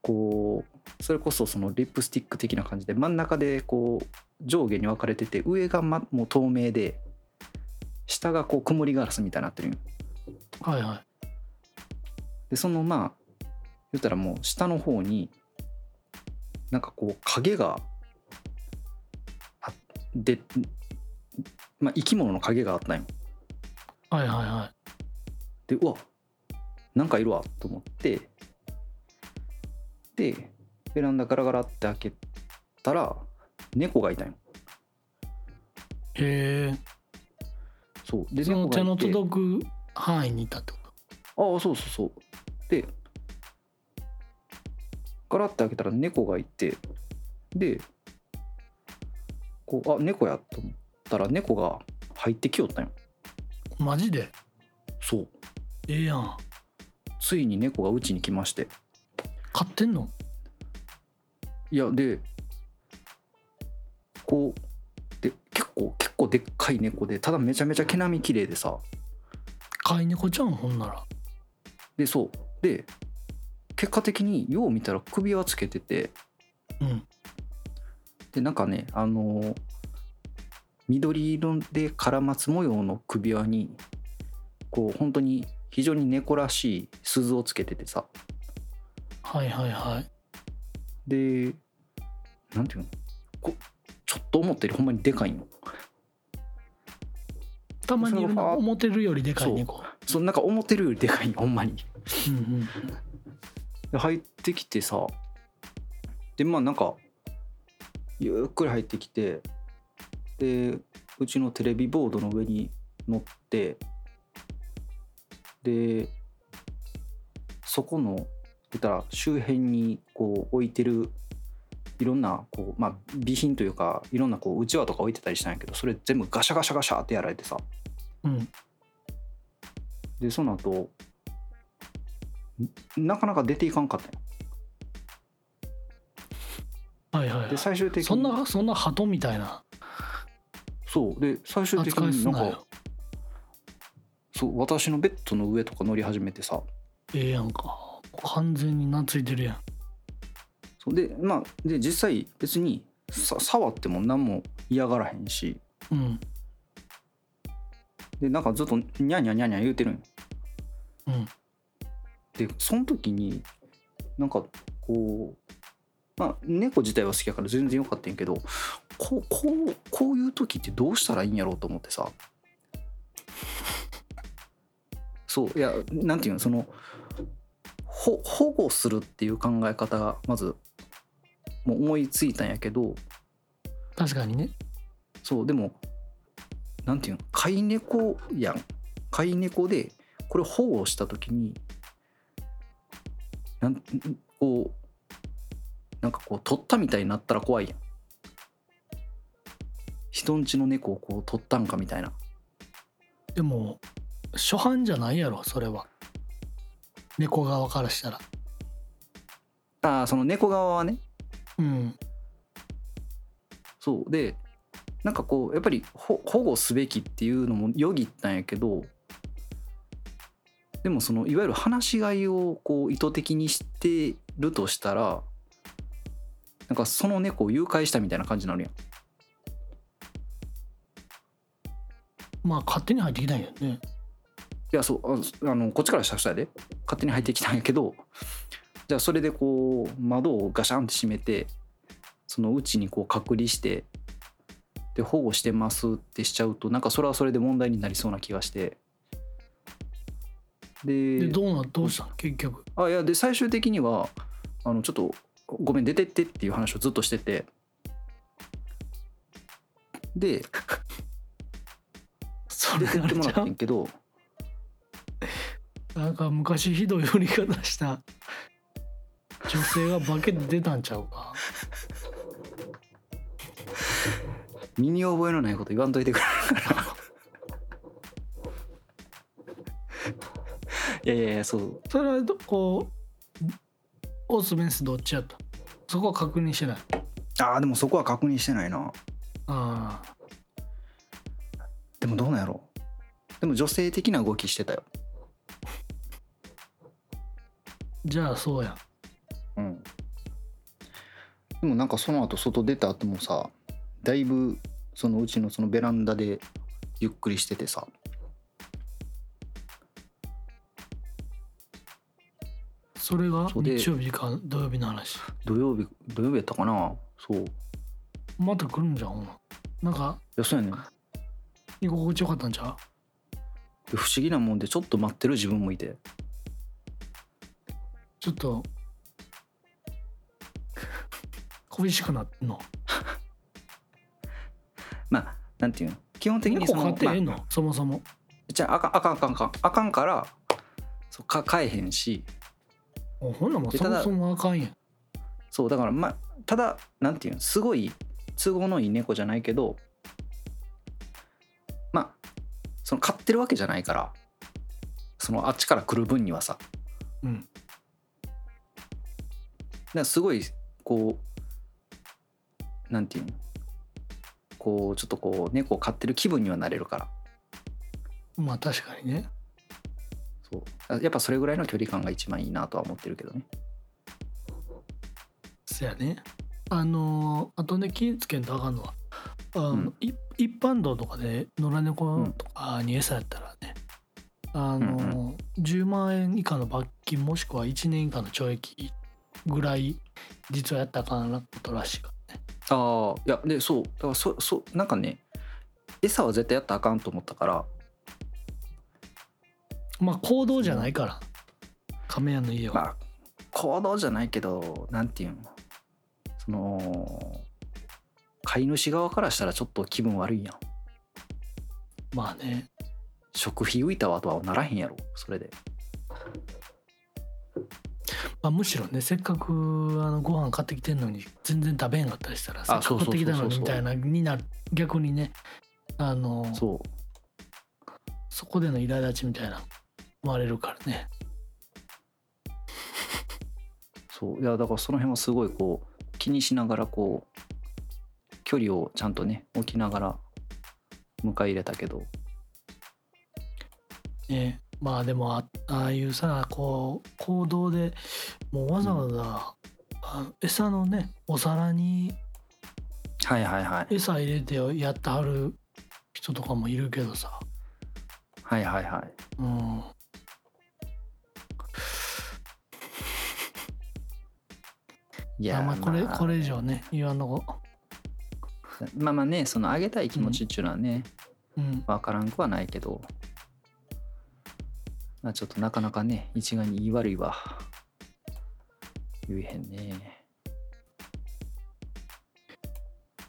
Speaker 1: こうそれこそそのリップスティック的な感じで真ん中でこう上下に分かれてて上が、ま、もう透明で下がこう曇りガラスみたいになってるんよ
Speaker 2: はいはい
Speaker 1: でそのまあ言ったらもう下の方になんかこう影があで、まあ、生き物の影があったんよ
Speaker 2: はいはいは
Speaker 1: でうわなんかいるわと思ってでベランダガラガラって開けたら猫がいたんよ
Speaker 2: いへえ
Speaker 1: そうで
Speaker 2: その
Speaker 1: 猫が
Speaker 2: 手
Speaker 1: いて
Speaker 2: の届く範囲にいたってこ
Speaker 1: ああそうそうそうでガラッて開けたら猫がいてでこうあ猫やと思ったら猫が入ってきよったんよ
Speaker 2: とマジで
Speaker 1: そう
Speaker 2: ええやん
Speaker 1: ついに猫がうちに来まして
Speaker 2: 買ってんの
Speaker 1: いやでこうで結構結構でっかい猫でただめちゃめちゃ毛並み綺麗でさ
Speaker 2: 飼い猫ちゃんほんなら
Speaker 1: でそうで結果的によう見たら首輪つけてて
Speaker 2: うん
Speaker 1: でなんかねあのー緑色でカラマツ模様の首輪にこう本当に非常に猫らしい鈴をつけててさ
Speaker 2: はいはいはい
Speaker 1: でなんていうのこちょっと思ったよりほんまにでかいの
Speaker 2: たまにいる
Speaker 1: それが
Speaker 2: な
Speaker 1: ファー
Speaker 2: 思ってるよりでかい猫
Speaker 1: そのなんか思ってるよりでかいのほんまに
Speaker 2: うんうん
Speaker 1: で入ってきてさでまあなんかゆっくり入ってきてでうちのテレビボードの上に乗ってでそこの言ったら周辺にこう置いてるいろんなこう、まあ、備品というかいろんなこううちわとか置いてたりしたんやけどそれ全部ガシャガシャガシャってやられてさ
Speaker 2: うん
Speaker 1: でその後んなかなか出ていかんかったんよ
Speaker 2: はいはい
Speaker 1: で
Speaker 2: は
Speaker 1: 最終的
Speaker 2: い
Speaker 1: に
Speaker 2: そんなそんな鳩みたいな
Speaker 1: そうで最終的
Speaker 2: 扱い
Speaker 1: に
Speaker 2: す
Speaker 1: なんん
Speaker 2: な
Speaker 1: か
Speaker 2: よ
Speaker 1: そう私のベッドの上とか乗り始めてさ
Speaker 2: ええやんか完全に懐いてるやん
Speaker 1: そうでまあで実際別にさ触っても何も嫌がらへんし
Speaker 2: うん
Speaker 1: でなんかずっとニャニャニャニャ言うてるんよ
Speaker 2: うん
Speaker 1: でその時になんかこうまあ猫自体は好きやから 全然良かったんやけどこうこうこういう時ってどうしたらいいんやろうと思ってさそういやなんていうのそのほ保護するっていう考え方がまずもう思いついたんやけど
Speaker 2: 確かにね
Speaker 1: そうでもなんていうの飼い猫やん飼い猫でこれ保護した時になんこうなんかこう取ったみたいになったら怖いやん人んちの猫をこう取ったんかみたいな
Speaker 2: でも初犯じゃないやろそれは猫側からしたら
Speaker 1: ああその猫側はね
Speaker 2: うん
Speaker 1: そうでなんかこうやっぱりほ保護すべきっていうのもよぎったんやけどでもそのいわゆる話し飼いをこう意図的にしてるとしたらなんかその猫を誘拐したみたいな感じになるやん
Speaker 2: まあ勝手に入ってきたんやね
Speaker 1: いやそうああのこっちからしたらやで勝手に入ってきたんやけどじゃあそれでこう窓をガシャンって閉めてそのうちにこう隔離してで保護してますってしちゃうとなんかそれはそれで問題になりそうな気がしてで
Speaker 2: でどうなどうしたん結局
Speaker 1: あいやで最終的にはあのちょっとごめん出てってっていう話をずっとしててで
Speaker 2: そ
Speaker 1: 出
Speaker 2: れ
Speaker 1: て
Speaker 2: あ
Speaker 1: って
Speaker 2: れ
Speaker 1: も
Speaker 2: じ
Speaker 1: ら
Speaker 2: ゃ
Speaker 1: って
Speaker 2: ん
Speaker 1: んけど
Speaker 2: なんか昔ひどい売り方した女性が化けて出たんちゃうか
Speaker 1: 身に覚えのないこと言わんといてくれるから いやいやいやそう
Speaker 2: それはどこうオスメンスどっちやったそこは確認してない
Speaker 1: ああでもそこは確認してないな
Speaker 2: ああ
Speaker 1: でもどうなんやろでも女性的な動きしてたよ
Speaker 2: じゃあそうやん
Speaker 1: うんでもなんかその後外出た後もさだいぶそのうちのそのベランダでゆっくりしててさ
Speaker 2: それが
Speaker 1: そうで
Speaker 2: 日曜日か土曜日の話
Speaker 1: 土曜日土曜日やったかなそうい
Speaker 2: また来るんじゃんほんななんか
Speaker 1: やそうやねん
Speaker 2: 居心地よかったんちゃ
Speaker 1: で不思議なもんでちょっと待ってる自分もいて
Speaker 2: うちょ っと恋しくなってんの
Speaker 1: まあなんていうの基本的に
Speaker 2: 猫
Speaker 1: その
Speaker 2: 飼ってええの、
Speaker 1: まあ
Speaker 2: そもそも
Speaker 1: じゃああかんあかんあかんあかんあかんからそうか飼えへんし
Speaker 2: もうほんならもう
Speaker 1: で
Speaker 2: そ
Speaker 1: た
Speaker 2: も
Speaker 1: だ
Speaker 2: そもあかんやん
Speaker 1: そうだからまあただなんていうのすごい都合のいい猫じゃないけどまあその飼ってるわけじゃないからそのあっちから来る分にはさだか
Speaker 2: うん
Speaker 1: らすごいこうなんていうのこうちょっとこう猫を飼ってる気分にはなれるから
Speaker 2: まあ確かにね
Speaker 1: そうあやっぱそれぐらいの距離感が一番いいなとは思ってるけどね
Speaker 2: そやねあのーあとね気ぃつけんとあかんのはあの、
Speaker 1: うん
Speaker 2: い一般道とかで野良猫とかに餌やったらね、あのー10万円以下の罰金もしくは1年以下の懲役ぐらい実はやったらあかんなことらしいからね
Speaker 1: ああいやでそうだからそそなんかね餌は絶対やったらあかんと思ったから
Speaker 2: まあ行動じゃないから亀屋の家は、
Speaker 1: まあ行動じゃないけどなんていうのその飼い主側からしたらちょっと気分悪いやん
Speaker 2: まあね
Speaker 1: 食費浮いたわとはならへんやろそれで
Speaker 2: まあ、むしろねせっかくあのご飯買ってきてんのに全然食べへんかったりしたらせっか
Speaker 1: そう
Speaker 2: く
Speaker 1: そう
Speaker 2: 買ってきたの
Speaker 1: そう
Speaker 2: に
Speaker 1: そう
Speaker 2: みたいなになる逆にねあのそ
Speaker 1: そう
Speaker 2: こでの苛立ちみたいな生まれるからね
Speaker 1: そういやだからその辺はすごいこう気にしながらこう距離をちゃんとね置きながら迎え入れたけど
Speaker 2: ねまあでもあああいうさこう行動でもうわざわざ、あの餌のねお皿に
Speaker 1: はいはいはい
Speaker 2: 餌入れてやってはる人とかもいるけどさ
Speaker 1: はいはいはい
Speaker 2: うん
Speaker 1: い
Speaker 2: あ
Speaker 1: や
Speaker 2: んまこれ
Speaker 1: まあ
Speaker 2: これ以上ね言わんのこ
Speaker 1: まあまあねそのあげたい気持ちっていうのはね、
Speaker 2: うん
Speaker 1: わからんくはないけどまあちょっとなかなかね一概に言い悪いは言えへんね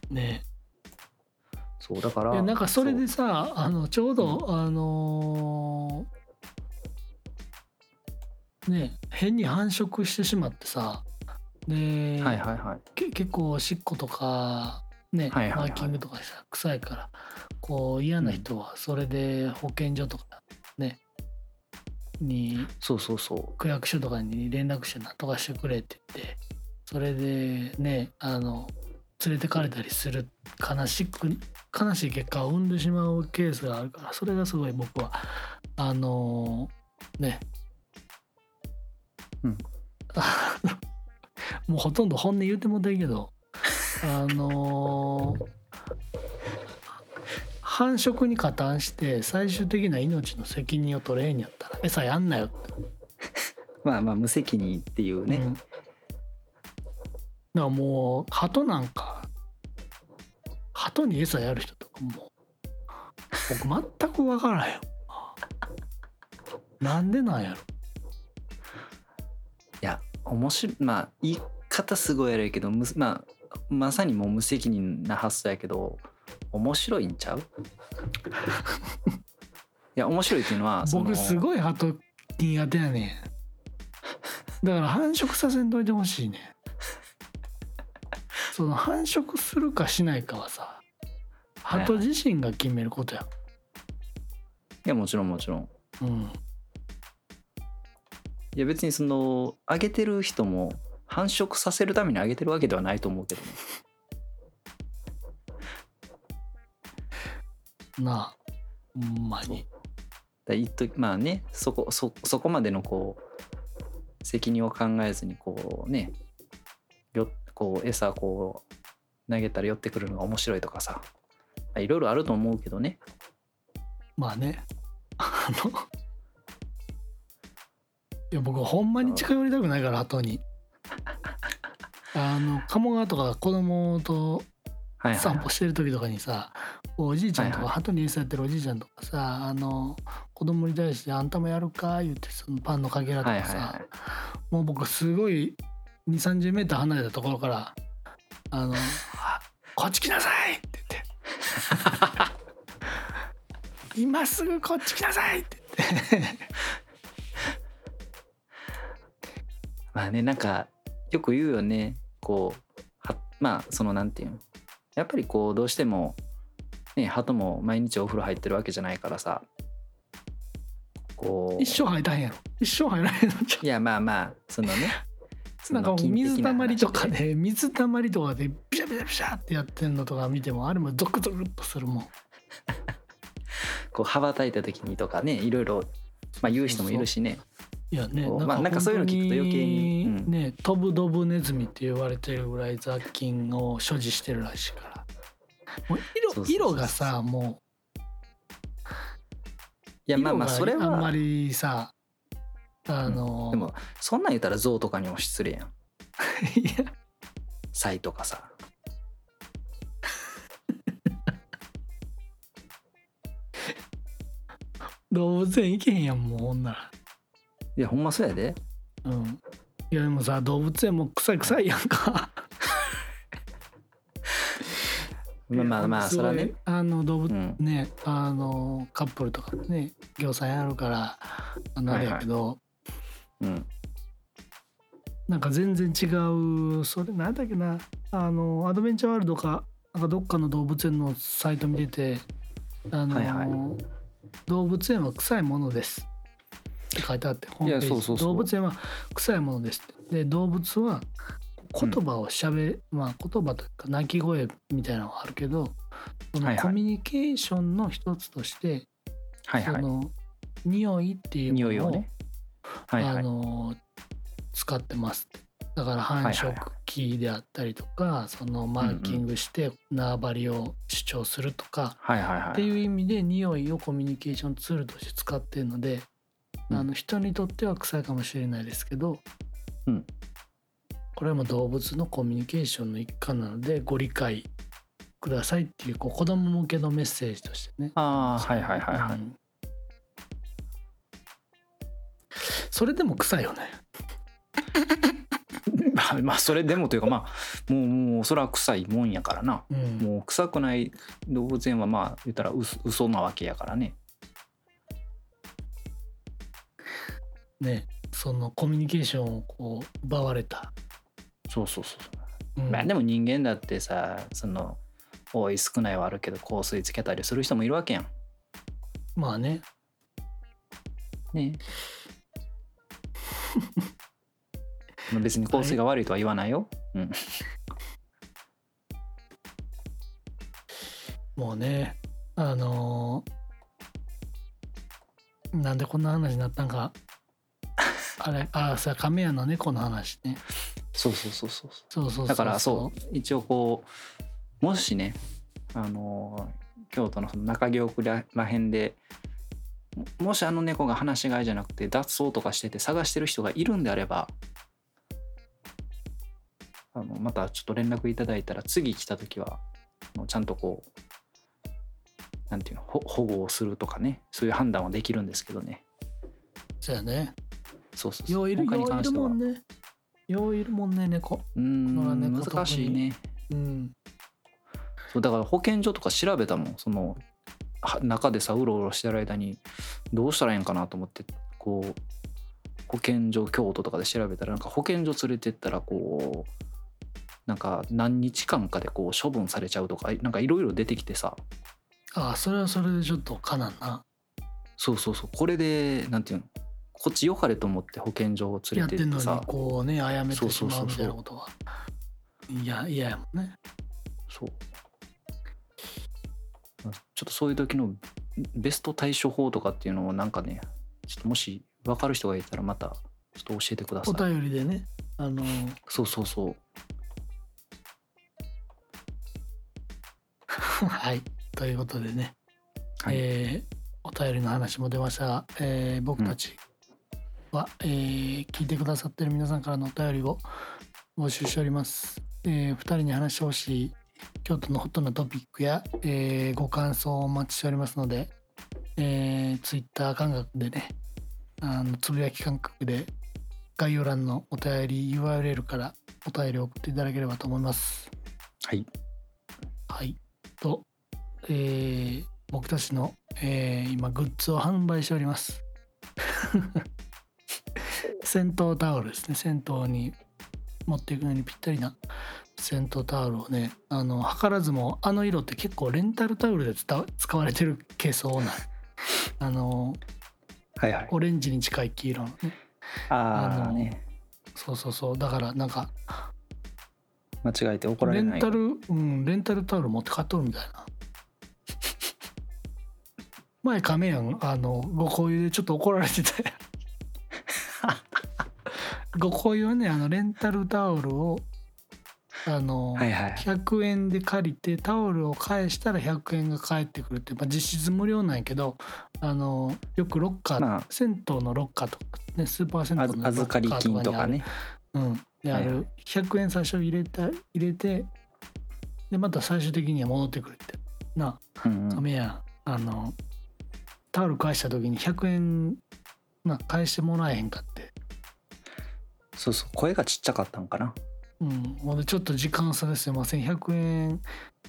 Speaker 2: ね
Speaker 1: そうだか
Speaker 2: い
Speaker 1: ら
Speaker 2: やなんかそれでさあのちょうど、あのーね変に繁殖してしまってさで、
Speaker 1: そうはいはいはい
Speaker 2: け結構おしっことかね、
Speaker 1: はいはいはい
Speaker 2: マーキングとかさ臭いからこう嫌な人はそれで保健所とかね、に
Speaker 1: そうそうそう
Speaker 2: 区役所とかに連絡してなんとかしてくれって言ってそれでねあの連れてかれたりする悲しく悲しい結果を生んでしまうケースがあるからそれがすごい僕はあのね
Speaker 1: うん
Speaker 2: あの もうほとんど本音言うてもだけどあの繁殖に加担して最終的な命の責任を取れへんやったら餌やんなよって
Speaker 1: まあまあ無責任っていうね、
Speaker 2: うん、だからもう鳩なんか鳩に餌やる人とかもう僕全く分からへんよなんでなんやろ
Speaker 1: いや面白いまあ言い方すごいやるけどむまあまさにもう無責任な発想やけど面白いんちゃう いや面白いっていうのはその
Speaker 2: 僕すごい鳩苦手やねんだから繁殖させんといてほしいねんその繁殖するかしないかはさ
Speaker 1: いはい
Speaker 2: 鳩自身が決めることやん
Speaker 1: いやもちろんもちろん
Speaker 2: うん
Speaker 1: いや別にそのあげてる人も繁殖させるためにあげてるわけではないと思うけどね
Speaker 2: なあほんまに
Speaker 1: だ一時まあねそこそそこまでのこう責任を考えずにこうねよこう餌こう投げたら寄ってくるのが面白いとかさあいろいろあると思うけどね
Speaker 2: まあねあのいや僕ほんまに近寄りたくないから鳩にあの鴨川とか子供と
Speaker 1: はいはい、
Speaker 2: 散
Speaker 1: は
Speaker 2: 歩してる時とかにさおじいちゃん
Speaker 1: はい
Speaker 2: とか
Speaker 1: は
Speaker 2: 鳩に餌やってるおじいちゃんとかさあの子供に対して「あんたもやるか?」言ってそのパンのかけらと
Speaker 1: いはい
Speaker 2: か
Speaker 1: はいは
Speaker 2: さ
Speaker 1: い
Speaker 2: もう僕すごい2 3 0メーター離れたところから「あのあこっち来なさい!」って言って「今すぐこっち来なさい!」って言って
Speaker 1: まあねなんかよく言うよねこうはまあそのなんていうのやっぱりこうどうしてもね鳩も毎日お風呂入ってるわけじゃないからさこう
Speaker 2: 一生入らへんやろ一生入らへんのちゃ
Speaker 1: いやまあまあそのね
Speaker 2: う なんかもう水たまりとか
Speaker 1: ね
Speaker 2: で水たまりとかでビシャビシャビシャってやってんのとか見てもあれもゾクゾクっとするもん
Speaker 1: こう羽ばたいた時にとかねいろいろ、まあ、言う人もいるしね
Speaker 2: いやね
Speaker 1: こう
Speaker 2: なん
Speaker 1: まあ
Speaker 2: か
Speaker 1: なんかそういうの聞くと余計に
Speaker 2: 本当
Speaker 1: うん
Speaker 2: ね飛ぶドブネズミって言われてるぐらい雑菌を所持してるらしいからもう色
Speaker 1: そうそうそうそう
Speaker 2: 色がさも
Speaker 1: いうやまあ
Speaker 2: 色
Speaker 1: まあ
Speaker 2: が
Speaker 1: それ
Speaker 2: あんま
Speaker 1: は
Speaker 2: りさあの、
Speaker 1: でもそんなん言ったら象とかにも失礼やん
Speaker 2: いや
Speaker 1: サイとかさ
Speaker 2: 動物園行けへんやんもうほんな
Speaker 1: 「いやほんまそうやで
Speaker 2: らうんいやでもさ動物園も臭い臭いやんか
Speaker 1: まあま あまあ
Speaker 2: す
Speaker 1: そ
Speaker 2: ご
Speaker 1: れ
Speaker 2: い
Speaker 1: はね
Speaker 2: あの動物
Speaker 1: うん
Speaker 2: ねあのカップルとかね業者やるからあのあれやけど、
Speaker 1: うん
Speaker 2: なんか全然違うそれなんだっけなあのアドベンチャーワールドかなんかどっかの動物園のサイト見ててあの、
Speaker 1: はいはい
Speaker 2: 動物園は臭いものです」って書いてあってホームページ
Speaker 1: そうそうそう
Speaker 2: 動物園は臭いものです」ってで動物は言葉をしゃべ、まあ言葉というか鳴き声みたいなのはあるけどそ
Speaker 1: は
Speaker 2: の
Speaker 1: いはい
Speaker 2: コミュニケーションの一つとして、
Speaker 1: はいは
Speaker 2: そ
Speaker 1: い
Speaker 2: の匂いっていうもの
Speaker 1: 匂いをねはいは
Speaker 2: あ
Speaker 1: い
Speaker 2: の使ってますってだから繁
Speaker 1: はい
Speaker 2: 殖
Speaker 1: はいはい
Speaker 2: 期であったりとか、そのマーキングして縄張りを主張するとか、
Speaker 1: はいはいは
Speaker 2: って
Speaker 1: い
Speaker 2: いう意味で匂いをコミュニケーションツールとして使ってるので、
Speaker 1: うん
Speaker 2: あの人にとっては臭いかもしれないですけど、
Speaker 1: うん
Speaker 2: これも動物のコミュニケーションの一環なのでご理解くださいっていうこう子供向けのメッセージとしてね。
Speaker 1: ああはいはいはいは
Speaker 2: う
Speaker 1: い
Speaker 2: んそれでも臭いよね
Speaker 1: まあ まあそれでもというかまあもうもうそれは臭いもんやからな
Speaker 2: うん
Speaker 1: もう臭くない動物園はまあ言ったら嘘嘘なわけやからね
Speaker 2: ねそのコミュニケーションをこう奪われた、
Speaker 1: そうそうそうそう
Speaker 2: うん
Speaker 1: まあでも人間だってさその多い少ないはあるけど香水つけたりする人もいるわけやん
Speaker 2: まあね
Speaker 1: ね まあ別に香水が悪いとは言わないよ、うん、
Speaker 2: もうねあのーなんでこんな話になった んかあれああさ亀屋の猫の話ね
Speaker 1: そうそうそうそうそ
Speaker 2: そうそうそう
Speaker 1: うだからそう一応こうもしねあの京都のその中京区ららへんでももしあの猫が放し飼いじゃなくて脱走とかしてて探してる人がいるんであればあのまたちょっと連絡いただいたら次来た時はもうちゃんとこうなんていうのほ保護をするとかねそういう判断はできるんですけどね
Speaker 2: そうやね
Speaker 1: そうそうそ
Speaker 2: よ
Speaker 1: う
Speaker 2: ういる
Speaker 1: 今回
Speaker 2: よ
Speaker 1: に関
Speaker 2: ういる
Speaker 1: しては
Speaker 2: もんねよういるもんね猫
Speaker 1: うーん
Speaker 2: この猫特に
Speaker 1: 難しいね
Speaker 2: うん
Speaker 1: そうだから保健所とか調べたもんそのは中でさうろうろしてる間にどうしたらいいんかなと思ってこう保健所京都とかで調べたらなんか保健所連れてったらこうなんか何日間かでこう処分されちゃうとかなんかいろいろ出てきてさ
Speaker 2: ああそれはそれでちょっとかなんな
Speaker 1: そうそうそうこれでなんていうのこっちよかれと思って保健所を連
Speaker 2: やっ
Speaker 1: れて
Speaker 2: て
Speaker 1: っ
Speaker 2: ん
Speaker 1: て
Speaker 2: のに
Speaker 1: さ
Speaker 2: こうねあやめ
Speaker 1: そ
Speaker 2: て
Speaker 1: う
Speaker 2: し
Speaker 1: そう
Speaker 2: ま
Speaker 1: そうう
Speaker 2: み
Speaker 1: そう
Speaker 2: たいなことはいや嫌やもんね
Speaker 1: そうちょっとそういう時のベスト対処法とかっていうのをなんかねちょっともし分かる人がいたらまたちょっと教えてくださ
Speaker 2: お
Speaker 1: い
Speaker 2: 便りでねあの
Speaker 1: そうそうそう
Speaker 2: はいということでね、
Speaker 1: はい
Speaker 2: えーお便りの話も出ました、えー僕たちは、えー聞いてくださってる皆さんからのお便りを募集しております、え2人に話してほしい京都のホットなトピックや、えーご感想をお待ちしておりますので、えー、ツイッター感覚でねあのつぶやき感覚で概要欄のお便り URL からお便りを送っていただければと思います。
Speaker 1: はい
Speaker 2: はい。と、えー僕たちの、えー今グッズを販売しております。戦闘タオルですね。戦闘に持っていくのにぴったりな戦闘タオルをね、あの図らずもあの色って結構レンタルタオルで使わ使われてるケース多ない。あの
Speaker 1: はいはい
Speaker 2: オレンジに近い黄色のね。
Speaker 1: あ
Speaker 2: あ
Speaker 1: あ
Speaker 2: の
Speaker 1: ね
Speaker 2: そうそうそう。だからなんか
Speaker 1: 間違えて怒ら
Speaker 2: レ
Speaker 1: れ
Speaker 2: ン
Speaker 1: ない
Speaker 2: タルうんレンタルタオル持って買っとるみたいな 前亀やんあのごこ湯でちょっと怒られて たやんごこ湯はねあのレンタルタオルをあの、
Speaker 1: はいはい
Speaker 2: 100円で借りてタオルを返したら100円が返ってくるって、まあ、実質無料なんやけどあのよくロッカー、
Speaker 1: まあ
Speaker 2: 銭湯のロッカーとか、ね、スーパー銭
Speaker 1: あ
Speaker 2: 湯
Speaker 1: ず
Speaker 2: のロ
Speaker 1: 預
Speaker 2: ッカ
Speaker 1: か
Speaker 2: ー
Speaker 1: り金と
Speaker 2: にあ
Speaker 1: か
Speaker 2: る
Speaker 1: ね
Speaker 2: うん、であ
Speaker 1: はいは
Speaker 2: る100円最初入れた入れてでまた最終的には戻ってくるってな
Speaker 1: うんうん
Speaker 2: 亀やあのタオル返した時に100円な返してもらえへんかって、
Speaker 1: そうそう声がちっちゃかったんかな
Speaker 2: うん、ほんでちょっと時間差ですいません100円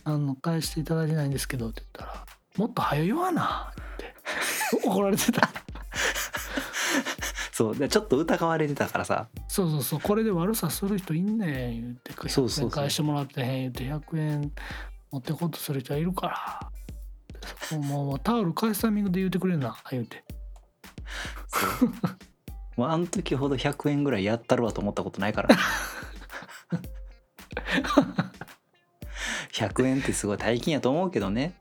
Speaker 2: あの返していただいてないんですけどって言ったら「もっと早言わな」って 怒られてた
Speaker 1: そうでちょっと疑われてたからさ
Speaker 2: そうそうそうこれで悪さする人いんねん言って
Speaker 1: そうそうそう
Speaker 2: 100円返してもらってへん言って100円持ってこうとする人はいるからそこもうタオル返すタイミングで言うてくれるな言うて
Speaker 1: そう もうあの時ほど100円ぐらいやったるわと思ったことない からね100円ってすごい大金やと思うけどね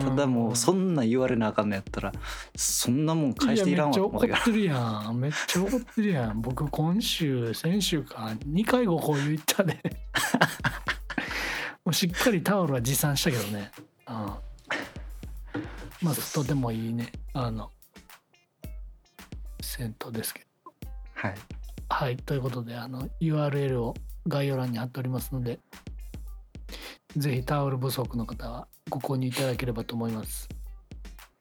Speaker 1: ただもうそんなん言われなあかんのやったらそんなもん返していらんわ
Speaker 2: や
Speaker 1: と
Speaker 2: めっ
Speaker 1: 思っ
Speaker 2: ちゃ
Speaker 1: た
Speaker 2: 怒
Speaker 1: か
Speaker 2: ってるやんめっちゃ怒ってるやん僕今週先週か2回ごこう言っ たでもうしっかりタオルは持参したけどね、うん、まあとてもいいねあの銭湯ですけど
Speaker 1: ら はい
Speaker 2: はい、ということで、あの、URL を概要欄に貼っておりますので、ぜひタオル不足の方はご購入いただければと思います。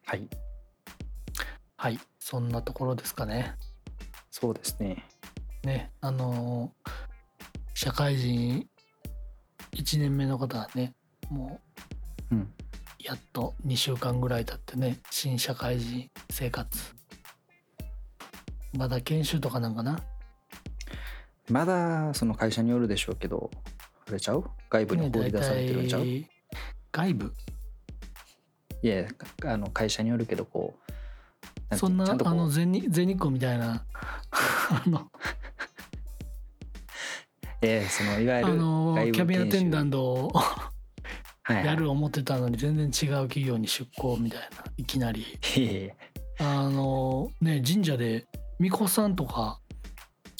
Speaker 1: はい
Speaker 2: はい、そんなところですかね。
Speaker 1: そうですね
Speaker 2: ねあのー社会人1年目の方はねも
Speaker 1: うん
Speaker 2: うやっと2週間ぐらい経ってね新社会人生活まだ研修とかなんかな
Speaker 1: まだその会社によるでしょうけどあれちゃう外部に
Speaker 2: ね
Speaker 1: 放り出されてるんちゃう、
Speaker 2: 大体外部
Speaker 1: いやいやかあの会社によるけどこうていう
Speaker 2: そんな
Speaker 1: ちゃんとこ
Speaker 2: あ
Speaker 1: う
Speaker 2: の全日全日光みたいなあの
Speaker 1: ええそのいわ
Speaker 2: あ
Speaker 1: ゆる
Speaker 2: の
Speaker 1: 外
Speaker 2: ー
Speaker 1: 部
Speaker 2: キャビンア
Speaker 1: 研修
Speaker 2: テンダントを
Speaker 1: はいはい
Speaker 2: やる思ってたのに全然違う企業に出向みたいないきなり
Speaker 1: いやいや
Speaker 2: あのね神社で巫女さんとか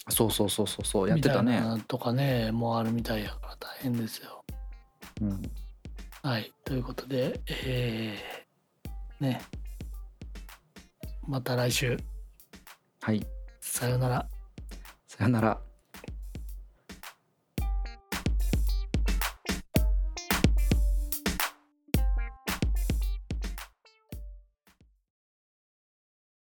Speaker 1: そうそうそうそうそうやっ
Speaker 2: み
Speaker 1: て
Speaker 2: た
Speaker 1: た
Speaker 2: い
Speaker 1: ね
Speaker 2: なとかねもうあるみたいやから大変ですよ。
Speaker 1: うん
Speaker 2: はいということでえー、ねまた来週
Speaker 1: はい
Speaker 2: さようなら。
Speaker 1: さよなら